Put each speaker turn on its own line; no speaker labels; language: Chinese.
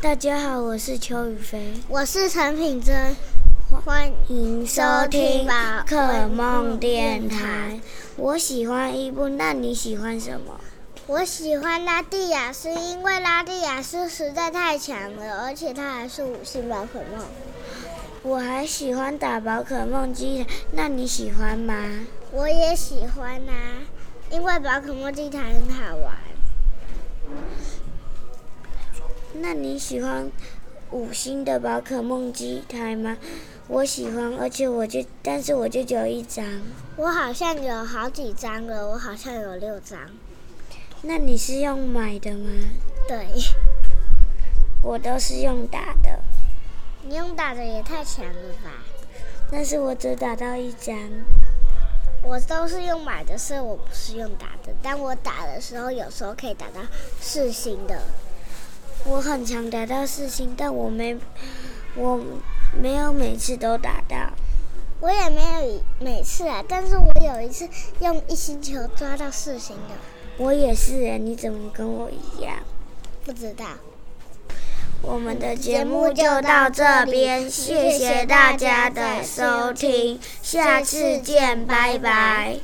大家好，我是邱宇飞，
我是陈品珍，欢
迎收听
宝
可梦电台。我喜欢伊布，那你喜欢什么？
我喜欢拉蒂亚斯，因为拉蒂亚斯实在太强了，而且他还是五星宝可梦。
我还喜欢打宝可梦机，那你喜欢吗？
我也喜欢啊，因为宝可梦地毯很好玩。
那你喜欢五星的宝可梦机台吗？我喜欢，而且我就，但是我就只有一张。
我好像有好几张了，我好像有六张。
那你是用买的吗？
对，
我都是用打的，
你用打的也太强了吧！
但是我只打到一张。
我都是用买的，所以我不是用打的。但我打的时候，有时候可以打到四星的。
我很常打到四星，但我没，我没有每次都打到。
我也没有每次啊，但是我有一次用一星球抓到四星的，
我也是耶，你怎么跟我一样？
不知道。
我们的节目就到这边，谢谢大家的收听，下次见，拜拜。